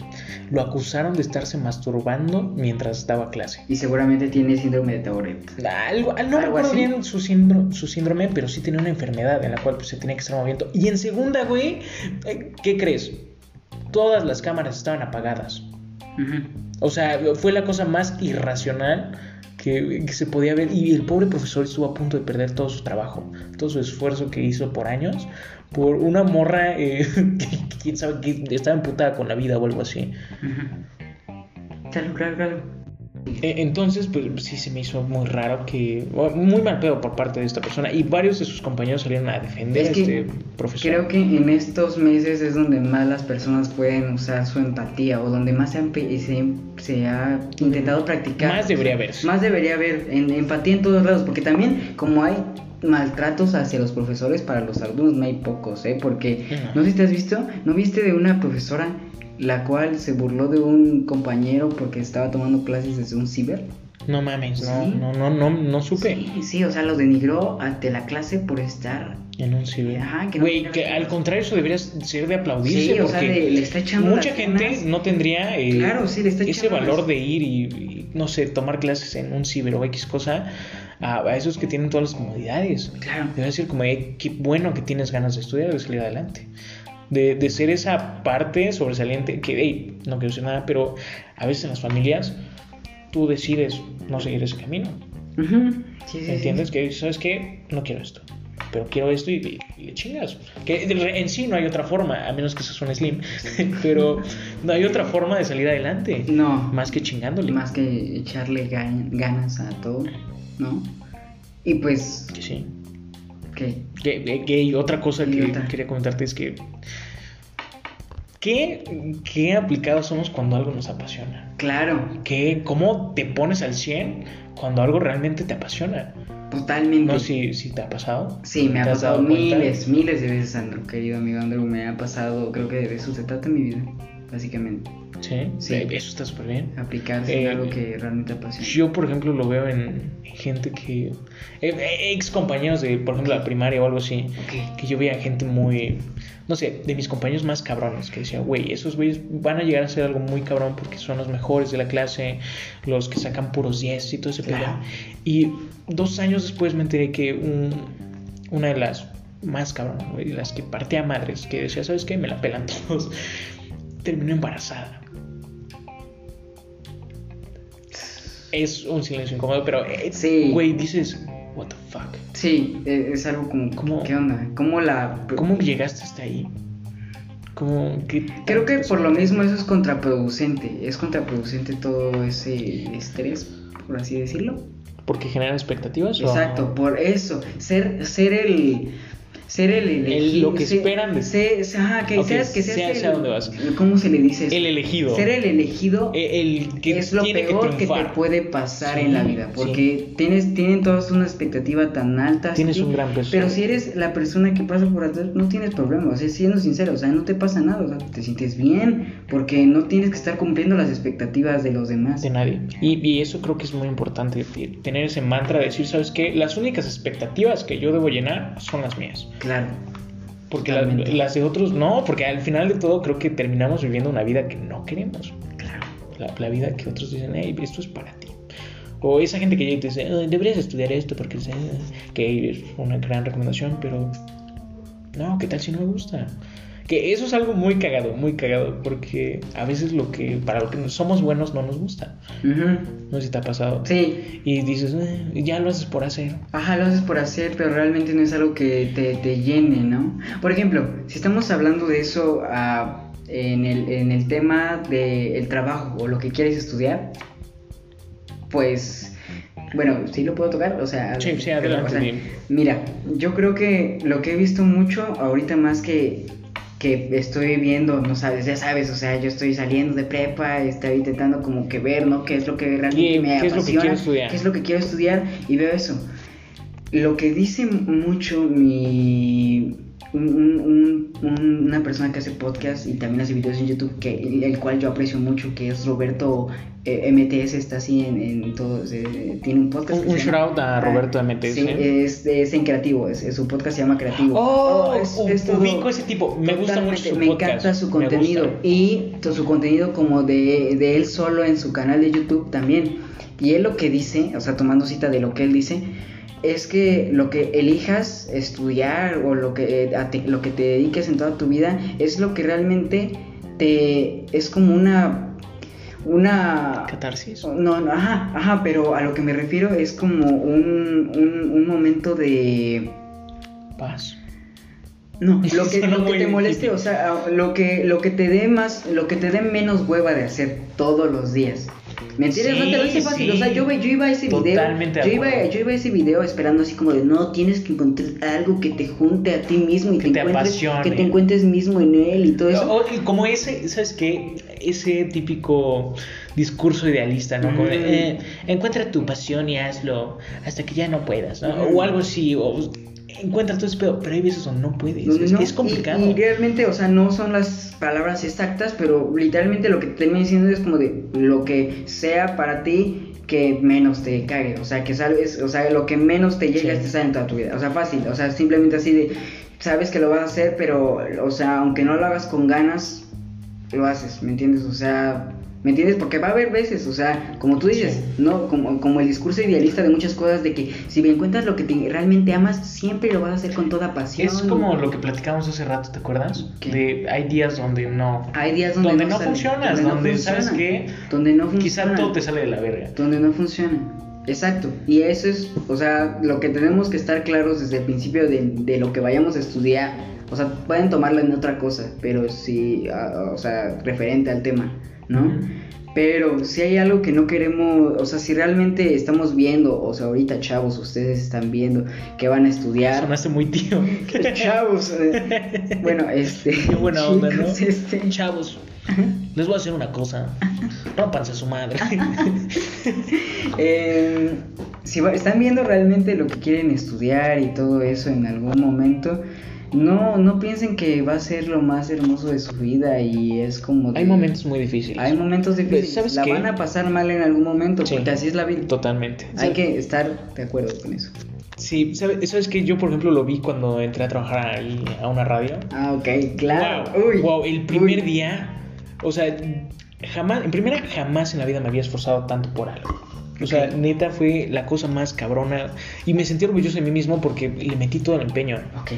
Speaker 1: lo acusaron de estarse masturbando mientras daba clase.
Speaker 2: Y seguramente tiene síndrome de Tourette.
Speaker 1: Algo, no ¿Algo recuerdo así? bien su, síndrome, su síndrome, pero sí tiene una enfermedad en la cual pues, se tiene que estar moviendo. Y en segunda, güey, eh, ¿qué crees? Todas las cámaras estaban apagadas. Uh -huh. O sea, fue la cosa más irracional que, que, se podía ver. Y el pobre profesor estuvo a punto de perder todo su trabajo, todo su esfuerzo que hizo por años, por una morra eh, que, quién sabe que estaba emputada con la vida o algo así.
Speaker 2: Claro, claro, claro.
Speaker 1: Entonces, pues sí se me hizo muy raro que. Muy mal pedo por parte de esta persona. Y varios de sus compañeros salieron a defender es que a este profesor.
Speaker 2: Creo que en estos meses es donde más las personas pueden usar su empatía o donde más se, han, se, se ha intentado practicar.
Speaker 1: Más debería haber.
Speaker 2: Más debería haber en, empatía en todos lados. Porque también, como hay maltratos hacia los profesores, para los alumnos no hay pocos, ¿eh? Porque, no, no sé si te has visto, ¿no viste de una profesora la cual se burló de un compañero porque estaba tomando clases desde un ciber.
Speaker 1: No mames, no, ¿Sí? no, no, no, no supe.
Speaker 2: Sí, sí, o sea, lo denigró ante la clase por estar
Speaker 1: en un ciber. Ajá, que no Güey, que al contrario eso debería ser de aplaudirse
Speaker 2: sí,
Speaker 1: porque o sea,
Speaker 2: le, le está echando
Speaker 1: mucha gente ganas. no tendría eh,
Speaker 2: claro, sí, le está
Speaker 1: ese valor las... de ir y, y, no sé, tomar clases en un ciber o X cosa a, a esos que tienen todas las comodidades.
Speaker 2: Claro.
Speaker 1: Debería decir como, eh, qué bueno que tienes ganas de estudiar y de salir adelante. De, de, ser esa parte sobresaliente que, hey, no quiero decir nada, pero a veces en las familias tú decides no seguir ese camino.
Speaker 2: Uh -huh. sí, sí,
Speaker 1: ¿Entiendes?
Speaker 2: Sí.
Speaker 1: Que sabes que no quiero esto, pero quiero esto y, y, y le chingas. Que de, en sí no hay otra forma, a menos que seas un slim, pero no hay otra forma de salir adelante.
Speaker 2: No.
Speaker 1: Más que chingándole.
Speaker 2: Más que echarle gan ganas a todo, ¿no? Y pues...
Speaker 1: Que sí.
Speaker 2: Okay.
Speaker 1: Que, que, que, otra cosa que otra. quería comentarte es que ¿qué, qué aplicados somos cuando algo nos apasiona.
Speaker 2: Claro.
Speaker 1: ¿Qué, ¿Cómo te pones al 100 cuando algo realmente te apasiona?
Speaker 2: Totalmente.
Speaker 1: No sé si, si, te ha pasado.
Speaker 2: Sí, me ha pasado miles, cuenta? miles de veces, Andrew, querido amigo Andrew. Me ha pasado, creo que de eso se trata mi vida, básicamente.
Speaker 1: Sí, sí. eso está súper bien.
Speaker 2: Aplicarse eh, algo que realmente apasiona.
Speaker 1: Yo, por ejemplo, lo veo en, en gente que. Eh, ex compañeros de, por ejemplo, la primaria o algo así.
Speaker 2: Okay.
Speaker 1: Que yo veía gente muy. No sé, de mis compañeros más cabrones. Que decía, güey, esos güeyes van a llegar a ser algo muy cabrón porque son los mejores de la clase, los que sacan puros 10 y todo ese
Speaker 2: claro.
Speaker 1: pedo. Y dos años después me enteré que un, una de las más cabronas, güey, las que partía madres, que decía, ¿sabes qué? Me la pelan todos. Terminó embarazada. es un silencio incómodo, pero eh,
Speaker 2: sí.
Speaker 1: güey, dices, what the fuck.
Speaker 2: Sí, e, es algo como,
Speaker 1: ¿Cómo,
Speaker 2: ¿qué onda? ¿Cómo la
Speaker 1: cómo llegaste hasta ahí? ¿Cómo, qué
Speaker 2: Creo que por lo mismo eso es contraproducente, es contraproducente todo ese estrés, por así decirlo.
Speaker 1: Porque generan expectativas.
Speaker 2: Exacto,
Speaker 1: o...
Speaker 2: por eso, ser ser el ser el elegido.
Speaker 1: El, lo que esperan de
Speaker 2: ser, ajá, que
Speaker 1: okay,
Speaker 2: seas, que seas
Speaker 1: sea,
Speaker 2: el,
Speaker 1: sea donde vas.
Speaker 2: ¿Cómo se le dice? Eso?
Speaker 1: El elegido.
Speaker 2: pues,
Speaker 1: e-,
Speaker 2: Ser el elegido
Speaker 1: el, el que
Speaker 2: es lo
Speaker 1: tiene
Speaker 2: peor
Speaker 1: que,
Speaker 2: que, te puede pasar sí, en la vida, porque sí. tienes tienen todas una expectativa tan alta.
Speaker 1: Tienes
Speaker 2: y,
Speaker 1: un gran peso.
Speaker 2: Pero si eres la persona que pasa por atrás, no tienes problema, o sea, siendo sincero, o sea, no te pasa nada, o sea, te sientes bien, porque no tienes que estar cumpliendo las expectativas de los demás.
Speaker 1: De nadie. Y, y eso creo que es muy importante, tener ese mantra de decir, ¿sabes qué? Las únicas expectativas que yo debo llenar son las mías.
Speaker 2: Claro.
Speaker 1: Porque la, las de otros no, porque al final de todo creo que terminamos viviendo una vida que no queremos.
Speaker 2: Claro.
Speaker 1: La, la vida que otros dicen, hey, esto es para ti. O esa gente que llega y te dice, eh, deberías estudiar esto porque eh, que es una gran recomendación, pero no, ¿qué tal si no me gusta? Que eso es algo muy cagado, muy cagado, porque a veces lo que para lo que somos buenos no nos gusta.
Speaker 2: Uh -huh.
Speaker 1: No sé si te ha pasado.
Speaker 2: Sí.
Speaker 1: Y dices, eh, ya lo haces por hacer.
Speaker 2: Ajá, lo haces por hacer, pero realmente no es algo que te, te llene, ¿no? Por ejemplo, si estamos hablando de eso uh, en, el, en, el, tema del de trabajo o lo que quieres estudiar, pues... Bueno, sí lo puedo tocar, o sea,
Speaker 1: sí, sí, adelante,
Speaker 2: o sea, mira, yo creo que lo que he visto mucho ahorita más que que estoy viendo, no sabes, ya sabes, o sea, yo estoy saliendo de prepa, estaba intentando como que ver, ¿no? ¿Qué es lo que realmente
Speaker 1: y,
Speaker 2: me
Speaker 1: ¿qué
Speaker 2: apasiona?
Speaker 1: Es lo que quiero estudiar?
Speaker 2: ¿Qué es lo que quiero estudiar? Y veo eso. Lo que dice mucho mi, un- un- un- una persona que hace podcast y también hace videos en YouTube, que, el, el cual yo aprecio mucho, que es Roberto eh, MTS, está así en, en todo, eh, tiene un podcast.
Speaker 1: Un-
Speaker 2: que
Speaker 1: un
Speaker 2: se llama-
Speaker 1: shoutout a
Speaker 2: Ah,
Speaker 1: Roberto MTS.
Speaker 2: Sí, es, es en Creativo, es, es- su podcast se llama Creativo.
Speaker 1: ¿eh? Oh,
Speaker 2: es-
Speaker 1: u-
Speaker 2: es todo-
Speaker 1: ubico ese tipo. Me gusta mucho
Speaker 2: Totalmente,
Speaker 1: su
Speaker 2: me
Speaker 1: podcast.
Speaker 2: encanta su
Speaker 1: Me
Speaker 2: contenido
Speaker 1: gusta.
Speaker 2: y to- su contenido como de, de él solo en su canal de YouTube también. Y él lo que dice, o sea, tomando cita de lo que él dice, es que lo que elijas estudiar o lo que, eh, a te- lo que te dediques en toda tu vida es lo que realmente te es como una una
Speaker 1: Catarsis.
Speaker 2: no, no, ajá, ajá, pero a lo que me refiero es como un, un, un momento de
Speaker 1: Paz.
Speaker 2: no, lo que,
Speaker 1: Suena
Speaker 2: lo que
Speaker 1: muy
Speaker 2: te moleste,
Speaker 1: difícil.
Speaker 2: o sea, lo que, lo que te dé más, lo que te dé menos hueva de hacer todos los días. ¿Me entiendes? no te lo hice
Speaker 1: Sí, sí.
Speaker 2: fácil, o sea, yo, ve- yo iba a ese
Speaker 1: Totalmente de
Speaker 2: video, yo iba,
Speaker 1: acuerdo.
Speaker 2: yo iba a ese video esperando así como de, no, tienes que encontrar algo que te junte a ti mismo y
Speaker 1: Que
Speaker 2: te,
Speaker 1: te
Speaker 2: encuentres,
Speaker 1: apasione.
Speaker 2: que te encuentres mismo en él y todo eso.
Speaker 1: O- o- Oh, y como ese, ¿sabes qué? Ese típico discurso idealista, ¿no? Como de,
Speaker 2: Mm.
Speaker 1: eh, encuentra tu pasión y hazlo hasta que ya no puedas, ¿no?
Speaker 2: Mm.
Speaker 1: O algo así, o encuentra todo ese pedo, pero hay veces donde no puedes,
Speaker 2: No,
Speaker 1: es,
Speaker 2: no,
Speaker 1: es
Speaker 2: y-
Speaker 1: complicado.
Speaker 2: Y, realmente, o sea, no son las palabras exactas, pero literalmente lo que te termina diciendo es como de lo que sea para ti que menos te cague, o sea, que sabes, o sea, lo que menos te llega
Speaker 1: Sí.
Speaker 2: te sale en toda tu vida, o sea, fácil, o sea, simplemente así de, sabes que lo vas a hacer, pero, o sea, aunque no lo hagas con ganas, lo haces, ¿me entiendes? O sea, ¿me entiendes? Porque va a haber veces, o sea, como tú dices,
Speaker 1: Sí.
Speaker 2: ¿no? Como, como el discurso idealista de muchas cosas, de que si encuentras lo que te- realmente amas, siempre lo vas a hacer con toda pasión.
Speaker 1: es como lo que platicamos hace rato, ¿te acuerdas?
Speaker 2: ¿Qué? Ah,
Speaker 1: De hay días donde no.
Speaker 2: Hay días donde,
Speaker 1: Donde no
Speaker 2: sale,
Speaker 1: funcionas, donde, ¿sabes qué?
Speaker 2: Donde no
Speaker 1: Quizá
Speaker 2: funciona.
Speaker 1: todo te sale de la verga.
Speaker 2: Donde no funciona. Exacto. Y eso es, o sea, lo que tenemos que estar claros desde el principio de, de lo que vayamos a estudiar. O sea, pueden tomarlo en otra cosa, pero sí, ah, o sea, referente al tema, ¿no?
Speaker 1: Ujú.
Speaker 2: Pero si hay algo que no queremos, o sea, si realmente estamos viendo, o sea, ahorita chavos, ustedes están viendo que van a estudiar.
Speaker 1: Sonaste muy tío.
Speaker 2: Chavos, eh, bueno, este.
Speaker 1: Qué buena onda, ¿no?
Speaker 2: chicos, este,
Speaker 1: Chavos, les voy a hacer una cosa. Rómpanse a su madre.
Speaker 2: Eh, si va- están viendo realmente lo que quieren estudiar y todo eso en algún momento, no, no piensen que va a ser lo más hermoso de su vida y es como... de-
Speaker 1: Hay momentos muy difíciles. Pues,
Speaker 2: Hay momentos difíciles.
Speaker 1: ¿Sabes
Speaker 2: la
Speaker 1: qué?
Speaker 2: van a pasar mal en algún momento
Speaker 1: Sí.
Speaker 2: porque así es la vida.
Speaker 1: Totalmente.
Speaker 2: Hay que estar de acuerdo con eso.
Speaker 1: Sí, ¿sabes? Eso es que yo, por ejemplo, lo vi cuando entré a trabajar ahí a una radio.
Speaker 2: Ah, ok, claro.
Speaker 1: Wow,
Speaker 2: Uy,
Speaker 1: wow, el primer
Speaker 2: uy.
Speaker 1: día, o sea, jamás, en primera jamás en la vida me había esforzado tanto por algo. O sea,
Speaker 2: Ok.
Speaker 1: neta fue la cosa más cabrona y me sentí orgulloso de mí mismo porque le metí todo el empeño.
Speaker 2: Ok.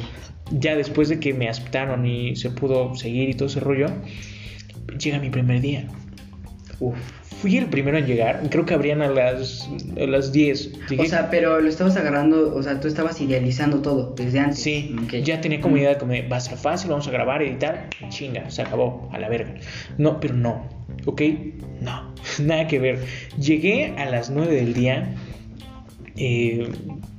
Speaker 1: Ya después de que me aceptaron y se pudo seguir y todo ese rollo, llega mi primer día.
Speaker 2: Uf.
Speaker 1: Fui el primero en llegar, creo que abrían a las, a las 10. Llegué
Speaker 2: O sea, pero lo estabas agarrando, o sea, tú estabas idealizando todo desde antes.
Speaker 1: Sí,
Speaker 2: Ok. Mm.
Speaker 1: ya tenía como idea de como de, va a ser fácil, vamos a grabar, editar, chinga, se acabó, a la verga. No, pero no, ¿ok? No, nada que ver. Llegué a las 9 del día, eh,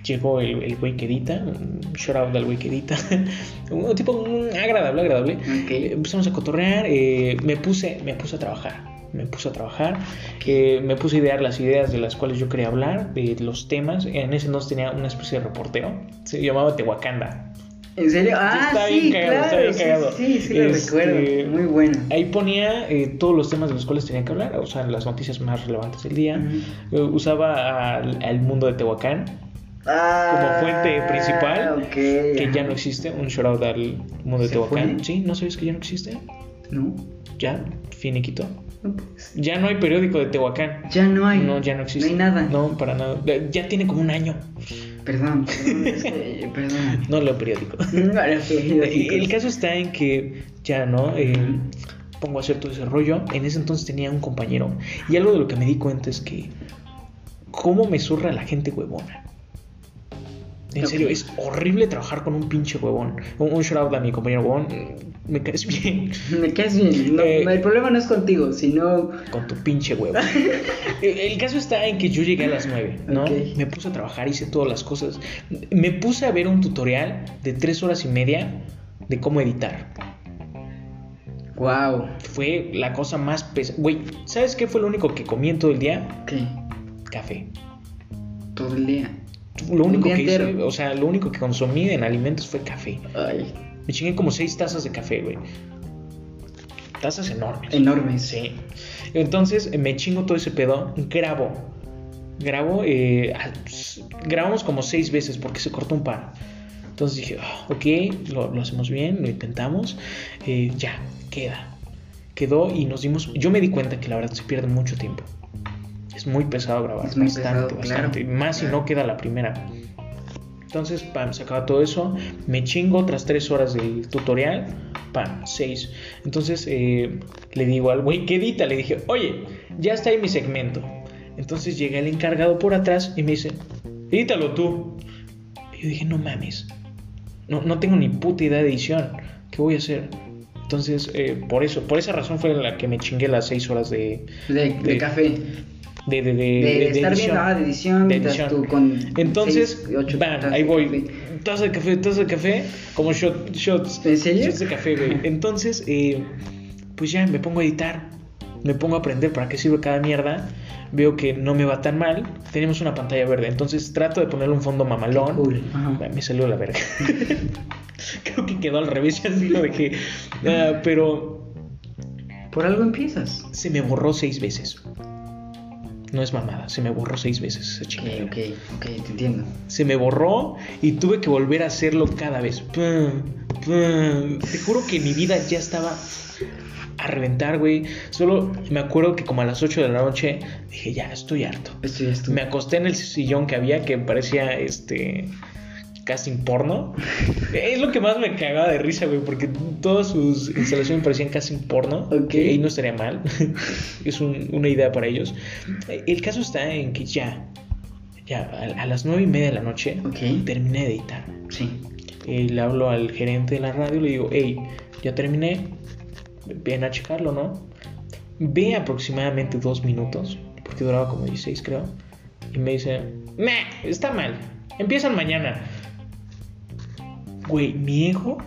Speaker 1: llegó el el güey que edita, un shout out al güey que edita, un tipo un agradable, agradable.
Speaker 2: Ok.
Speaker 1: Eh, Empezamos a cotorrear, eh, me, puse, me puse a trabajar. Me puse a trabajar, eh, me puse a idear las ideas de las cuales yo quería hablar, de los temas. En ese entonces tenía una especie de reporteo, se llamaba Tehuacanda.
Speaker 2: ¿En serio? Ah,
Speaker 1: está
Speaker 2: sí,
Speaker 1: bien cagado,
Speaker 2: claro.
Speaker 1: está bien
Speaker 2: sí, sí, sí, lo
Speaker 1: cagado. Este,
Speaker 2: recuerdo. Muy buena.
Speaker 1: Ahí ponía eh, todos los temas de los cuales tenía que hablar, o sea, las noticias más relevantes del día. Eh, usaba al, al mundo de Tehuacán,
Speaker 2: Ah,
Speaker 1: fuente principal,
Speaker 2: ok,
Speaker 1: que ya
Speaker 2: ajá.
Speaker 1: no existe, un shout out al mundo de
Speaker 2: ¿Se
Speaker 1: Tehuacán.
Speaker 2: fue?
Speaker 1: Sí, ¿no sabes que ya no existe?
Speaker 2: No,
Speaker 1: Ya, finiquito.
Speaker 2: no, pues,
Speaker 1: Ya no hay periódico de Tehuacán.
Speaker 2: Ya no hay.
Speaker 1: No, ya no existe.
Speaker 2: No hay nada.
Speaker 1: No, para nada. Ya- Ya tiene como un año.
Speaker 2: Perdón, perdón. es que- perdón.
Speaker 1: No leo periódico.
Speaker 2: No, no,
Speaker 1: El caso está en que ya, ¿no? Eh, pongo a hacer todo ese rollo. En ese entonces tenía un compañero. Y algo de lo que me di cuenta es que. ¿Cómo me zurra la gente huevona? En
Speaker 2: Ok.
Speaker 1: serio, es horrible trabajar con un pinche huevón. Un, un shout out a mi compañero huevón. Mm, Me caes bien
Speaker 2: Me caes bien. No,
Speaker 1: Eh,
Speaker 2: no, el problema no es contigo, sino.
Speaker 1: con tu pinche huevo. el, el caso está en que yo llegué a las 9, ¿no?
Speaker 2: Ok.
Speaker 1: Me puse a trabajar, hice todas las cosas. Me puse a ver un tutorial de 3 horas y media de cómo editar.
Speaker 2: Wow.
Speaker 1: Fue la cosa más pesada. Güey, ¿sabes qué fue lo único que comí en todo el día?
Speaker 2: Ok.
Speaker 1: Café.
Speaker 2: Todo el día.
Speaker 1: Lo único
Speaker 2: día
Speaker 1: que hice,
Speaker 2: entero.
Speaker 1: o sea, lo único que consumí en alimentos fue café.
Speaker 2: Ay.
Speaker 1: Me chingué como seis tazas de café, güey. Tazas enormes.
Speaker 2: Enormes.
Speaker 1: Sí. Entonces eh, me chingo todo ese pedo, grabo. Grabo, eh, ah, pues, grabamos como seis veces porque se cortó un par. Entonces dije, "Ah, ok, lo, lo hacemos bien, lo intentamos, eh, ya, queda. Quedó y nos dimos. Yo me di cuenta que la verdad se pierde mucho tiempo. Es muy pesado grabar,
Speaker 2: Es muy
Speaker 1: bastante,
Speaker 2: pesado, claro,
Speaker 1: bastante. Más si
Speaker 2: claro.
Speaker 1: no queda la primera. Entonces, pam, se acaba todo eso. Me chingo otras tres horas del tutorial. Pam, seis. Entonces eh, le digo al güey que edita, le dije, oye, ya está ahí mi segmento. Entonces llega el encargado por atrás y me dice, edítalo tú. Y yo dije, no mames, no, no tengo ni puta idea de edición. ¿Qué voy a hacer? Entonces, eh, por eso, por esa razón fue la que me chingué las seis horas de...
Speaker 2: De, de
Speaker 1: De-
Speaker 2: café.
Speaker 1: De, de, de-
Speaker 2: De,
Speaker 1: de- de
Speaker 2: estar
Speaker 1: edición.
Speaker 2: viendo ah, de edición,
Speaker 1: De
Speaker 2: mientras
Speaker 1: edición.
Speaker 2: tú con
Speaker 1: Entonces,
Speaker 2: seis, ocho
Speaker 1: bam,
Speaker 2: tazas
Speaker 1: ahí
Speaker 2: de
Speaker 1: voy.
Speaker 2: café.
Speaker 1: Taza de café, taza de café, como shot- shots.
Speaker 2: ¿En serio?
Speaker 1: Shots de café, güey. Entonces, eh, pues ya me pongo a editar. Me pongo a aprender para qué sirve cada mierda. Veo que no me va tan mal. Tenemos una pantalla verde. Entonces trato de ponerle un fondo mamalón.
Speaker 2: Cool. Ajá.
Speaker 1: Ay, Me salió la verga. Creo que quedó al revés y así lo dejé. Ah, pero
Speaker 2: Por algo empiezas.
Speaker 1: se me borró seis veces. No es mamada, se me borró seis veces esa
Speaker 2: Ok,
Speaker 1: chingadera.
Speaker 2: ok, ok, te entiendo.
Speaker 1: se me borró y tuve que volver a hacerlo cada vez. Pum, pum. Te juro que mi vida ya estaba a reventar, güey. Solo me acuerdo que como a las 8 de la noche dije, ya, estoy harto.
Speaker 2: Esto ya es tu-
Speaker 1: Me acosté en el sillón que había que parecía este casting porno. Es lo que más me cagaba de risa, güey, porque todas sus instalaciones me parecían casting porno.
Speaker 2: Ok.
Speaker 1: Que ahí no estaría mal. es un- una idea para ellos. El caso está en que ya, ya a, a las nueve y media de la noche,
Speaker 2: Ok.
Speaker 1: terminé de editar.
Speaker 2: Sí.
Speaker 1: Eh, le hablo al gerente de la radio y le digo, hey, ya terminé, ven a checarlo, ¿no? Ve aproximadamente dos minutos, porque duraba como 16 creo, y me dice, meh, está mal, empiezan mañana. Güey, mi ego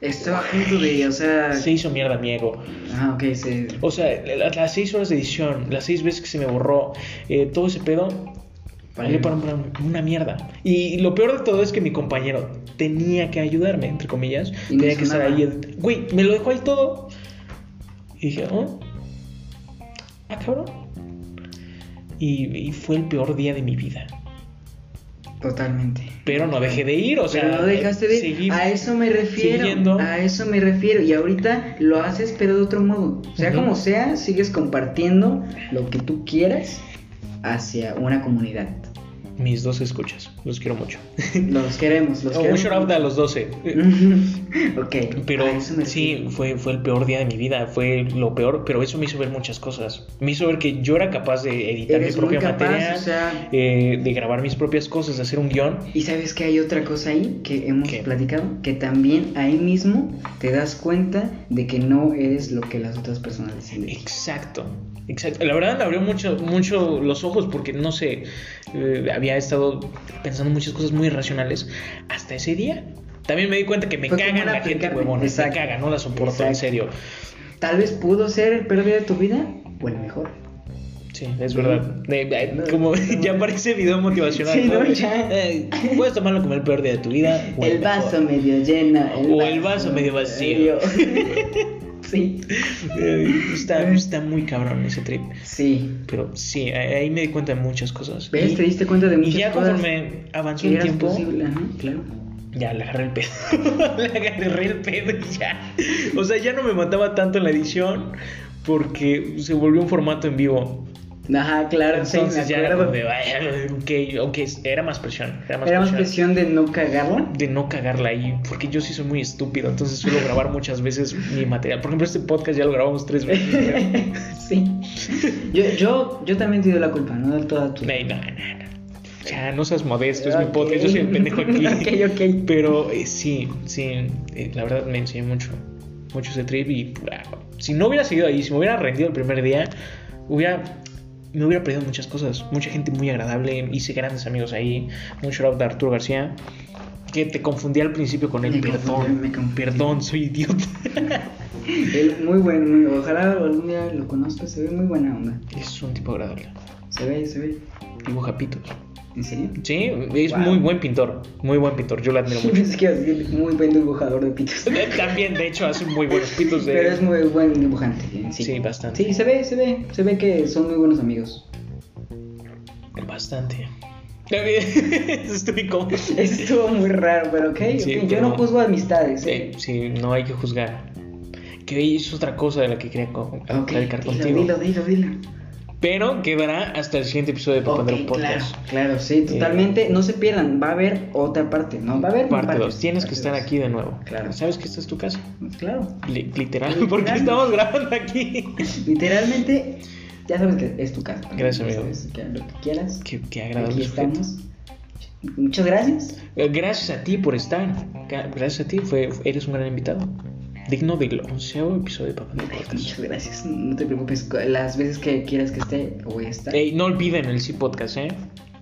Speaker 2: Estaba a punto de, o sea.
Speaker 1: se hizo mierda, mi ego.
Speaker 2: Ah, ok, se.
Speaker 1: O sea, la- las seis horas de edición, las seis veces que se me borró, eh, todo ese pedo, valió para un- una mierda. Y lo peor de todo es que mi compañero tenía que ayudarme, entre comillas.
Speaker 2: Y no
Speaker 1: tenía
Speaker 2: hizo
Speaker 1: que estar
Speaker 2: nada.
Speaker 1: ahí. edit- Güey, me lo dejó ahí todo. Y dije, ¿oh? Ah, cabrón. Y, y fue el peor día de mi vida.
Speaker 2: Totalmente.
Speaker 1: Pero no dejé de ir, o sea.
Speaker 2: pero no dejaste de
Speaker 1: seguí-
Speaker 2: a eso me refiero
Speaker 1: siguiendo.
Speaker 2: a eso me refiero y ahorita lo haces pero de otro modo sea
Speaker 1: Ujú.
Speaker 2: como sea sigues compartiendo lo que tú quieras hacia una comunidad
Speaker 1: Mis dos escuchas, los quiero mucho.
Speaker 2: los queremos los
Speaker 1: Oh, un
Speaker 2: queremos
Speaker 1: shout out a los 12.
Speaker 2: ok
Speaker 1: Pero
Speaker 2: a Ah, eso me
Speaker 1: sí,
Speaker 2: refiero.
Speaker 1: fue, fue el peor día de mi vida, fue lo peor, pero eso me hizo ver muchas cosas. Me hizo ver que yo era capaz de editar
Speaker 2: Eres
Speaker 1: mi
Speaker 2: muy
Speaker 1: propia
Speaker 2: capaz,
Speaker 1: materia,
Speaker 2: o sea-
Speaker 1: eh, de grabar mis propias cosas, de hacer un guión.
Speaker 2: y sabes que hay otra cosa ahí que hemos
Speaker 1: ¿Qué?
Speaker 2: platicado que también ahí mismo te das cuenta de que no eres lo que las otras personas dicen de ti.
Speaker 1: Exacto, exacto. La verdad me abrió mucho, mucho los ojos porque no sé, eh, había estado pensando muchas cosas muy irracionales hasta ese día. También me di cuenta que me
Speaker 2: Fue como
Speaker 1: cagan
Speaker 2: una
Speaker 1: la gente
Speaker 2: picada.
Speaker 1: huevona, me
Speaker 2: Exacto.
Speaker 1: cagan, no la soporto, en
Speaker 2: Exacto.
Speaker 1: serio.
Speaker 2: tal vez pudo ser el peor día de tu vida o el mejor
Speaker 1: Sí, es verdad. De- de- como ya parece video motivacional.
Speaker 2: Sí, ¿no? Ya.
Speaker 1: Eh, puedes tomarlo como el peor día de tu vida. o
Speaker 2: El
Speaker 1: mejor.
Speaker 2: vaso medio lleno.
Speaker 1: O el vaso medio vacío.
Speaker 2: sí.
Speaker 1: Eh, Está, está muy cabrón ese trip.
Speaker 2: Sí.
Speaker 1: Pero sí, ahí ahí me di cuenta de muchas cosas.
Speaker 2: ¿Ves?
Speaker 1: Y-
Speaker 2: Te diste cuenta de
Speaker 1: y
Speaker 2: muchas
Speaker 1: ya
Speaker 2: cosas
Speaker 1: conforme avanzó
Speaker 2: que
Speaker 1: el
Speaker 2: eras
Speaker 1: tiempo,
Speaker 2: posible. Ajá, claro.
Speaker 1: ya le agarré el pedo. le agarré el pedo y ya. O sea, ya no me mataba tanto en la edición porque se volvió un formato en vivo.
Speaker 2: Ajá, claro. sí,
Speaker 1: Entonces
Speaker 2: me
Speaker 1: ya era
Speaker 2: acuerdo.
Speaker 1: como de, "Ay, ok, ok, era más presión. Era más
Speaker 2: Era una
Speaker 1: presión.
Speaker 2: presión de no cagarla.
Speaker 1: de no cagarla ahí, porque yo sí soy muy estúpido, entonces suelo grabar muchas veces mi material. Por ejemplo, este podcast ya lo grabamos tres veces. creo.
Speaker 2: sí. Yo, yo, yo también te doy la culpa, no de toda tu.
Speaker 1: Ey, no, no, no. Ya, no seas modesto, es mi
Speaker 2: Ok.
Speaker 1: podcast, yo soy el pendejo aquí.
Speaker 2: ok, ok.
Speaker 1: Pero eh, sí, sí, eh, la verdad me enseñó mucho, mucho ese trip y ah, si no hubiera seguido ahí, si me hubiera rendido el primer día, hubiera, me hubiera perdido muchas cosas, mucha gente muy agradable, hice grandes amigos ahí, un shout out de Arturo García, que te confundí al principio con él,
Speaker 2: Me
Speaker 1: perdón,
Speaker 2: confundí, me confundí.
Speaker 1: perdón, soy idiota.
Speaker 2: Él muy bueno, muy, ojalá algún día lo conozca. Se ve muy buena onda.
Speaker 1: Es un tipo agradable.
Speaker 2: Se ve, se ve.
Speaker 1: Dibuja pitos.
Speaker 2: ¿En serio?
Speaker 1: Sí, es
Speaker 2: Wow.
Speaker 1: muy buen pintor, muy buen pintor, yo lo admiro mucho.
Speaker 2: Es que es muy buen dibujador de pitos.
Speaker 1: También, de hecho, hace muy buenos pitos de...
Speaker 2: Pero es muy buen dibujante. Sí.
Speaker 1: pues, eh. Sí, bastante.
Speaker 2: Sí, se ve, se ve, se ve que son muy buenos amigos.
Speaker 1: Bastante. Estoy como...
Speaker 2: Eso estuvo muy raro, pero ok,
Speaker 1: Sí,
Speaker 2: ok, yo
Speaker 1: pero-
Speaker 2: no juzgo amistades.
Speaker 1: Sí,
Speaker 2: ¿eh?
Speaker 1: sí, no hay que juzgar. Que es otra cosa de la que quería co-
Speaker 2: Ok,
Speaker 1: platicar
Speaker 2: dilo,
Speaker 1: Ah, contigo.
Speaker 2: dilo, dilo, dilo.
Speaker 1: Pero quedará hasta el siguiente episodio de Papandero
Speaker 2: Ok, claro,
Speaker 1: Podcast.
Speaker 2: claro, sí, totalmente. No se pierdan, va a haber otra parte, ¿no? Va a haber
Speaker 1: Parte
Speaker 2: partes,
Speaker 1: 2. Tienes que
Speaker 2: parte
Speaker 1: estar
Speaker 2: dos.
Speaker 1: aquí de nuevo.
Speaker 2: Claro.
Speaker 1: ¿Sabes que esta es tu casa?
Speaker 2: Claro.
Speaker 1: Li- literal,
Speaker 2: Literal.
Speaker 1: porque estamos grabando aquí.
Speaker 2: Literalmente, ya sabes que es tu casa. ¿no?
Speaker 1: Gracias, amigo.
Speaker 2: Es que lo que quieras.
Speaker 1: Qué, qué
Speaker 2: Aquí
Speaker 1: agradable sujeto.
Speaker 2: estamos. Muchas gracias.
Speaker 1: Eh, Gracias a ti por estar. Gra- Gracias a ti, fue, eres un gran invitado. Digno del onceavo episodio de Papandero
Speaker 2: Ay, pues,
Speaker 1: Podcast.
Speaker 2: Muchas gracias. No te preocupes. cu- Las veces que quieras que esté, voy a estar.
Speaker 1: Ey, no olviden el Sí Podcast, ¿eh?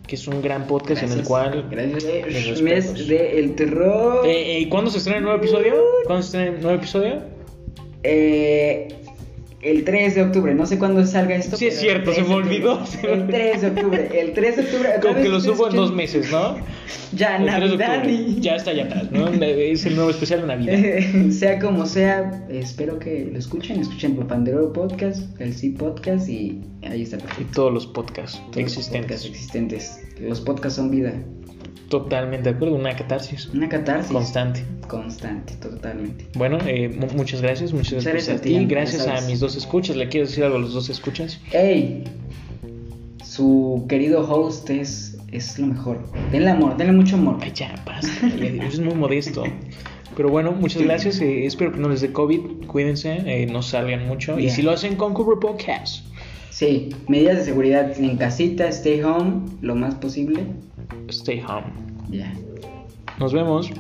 Speaker 1: Que es un gran podcast en el
Speaker 2: Gracias.
Speaker 1: cual
Speaker 2: Gracias.
Speaker 1: mis
Speaker 2: Eh,
Speaker 1: respetos.
Speaker 2: Mes de El Terror.
Speaker 1: Eh, eh, ¿Cuándo se estrena el nuevo episodio? ¿Cuándo se estrena el nuevo episodio?
Speaker 2: Eh, el 3 de octubre, no sé cuándo salga esto.
Speaker 1: Sí, es
Speaker 2: pero el
Speaker 1: cierto, se
Speaker 2: 3 de
Speaker 1: me olvidó.
Speaker 2: octubre. El 3 de octubre, el 3 de octubre.
Speaker 1: Como que lo
Speaker 2: ¿Sabes?
Speaker 1: subo en dos meses, ¿no?
Speaker 2: Ya,
Speaker 1: El 3 de
Speaker 2: Navidad.
Speaker 1: octubre.
Speaker 2: y-
Speaker 1: Ya está allá atrás, ¿no? Es el nuevo especial de Navidad.
Speaker 2: Eh, sea como sea, espero que lo escuchen. Escuchen Papandero Podcast, el Sí Podcast y ahí está
Speaker 1: Y
Speaker 2: perfecto.
Speaker 1: todos los podcasts
Speaker 2: Todos los
Speaker 1: existentes.
Speaker 2: podcasts existentes. Los podcasts son vida.
Speaker 1: Totalmente de acuerdo, una catarsis
Speaker 2: Una catarsis.
Speaker 1: constante.
Speaker 2: Constante, totalmente.
Speaker 1: Bueno, eh, mu- muchas gracias, muchas
Speaker 2: Muchas
Speaker 1: gracias a
Speaker 2: gracias a
Speaker 1: ti.
Speaker 2: ti,
Speaker 1: Gracias
Speaker 2: ya
Speaker 1: a
Speaker 2: sabes.
Speaker 1: mis dos escuchas. ¿Le quiero decir algo a los dos escuchas?
Speaker 2: ¡Ey! Su querido host es, es lo mejor. Denle amor, denle mucho amor.
Speaker 1: Ay, ya, basta. Es muy modesto. Pero bueno, muchas gracias. eh, espero que no les dé COVID. Cuídense, eh, no salgan mucho. Y
Speaker 2: Ya.
Speaker 1: si lo hacen con cubrebocas.
Speaker 2: Sí, medidas de seguridad en casita, stay home, lo más posible.
Speaker 1: Stay home.
Speaker 2: Ya.
Speaker 1: Nos vemos.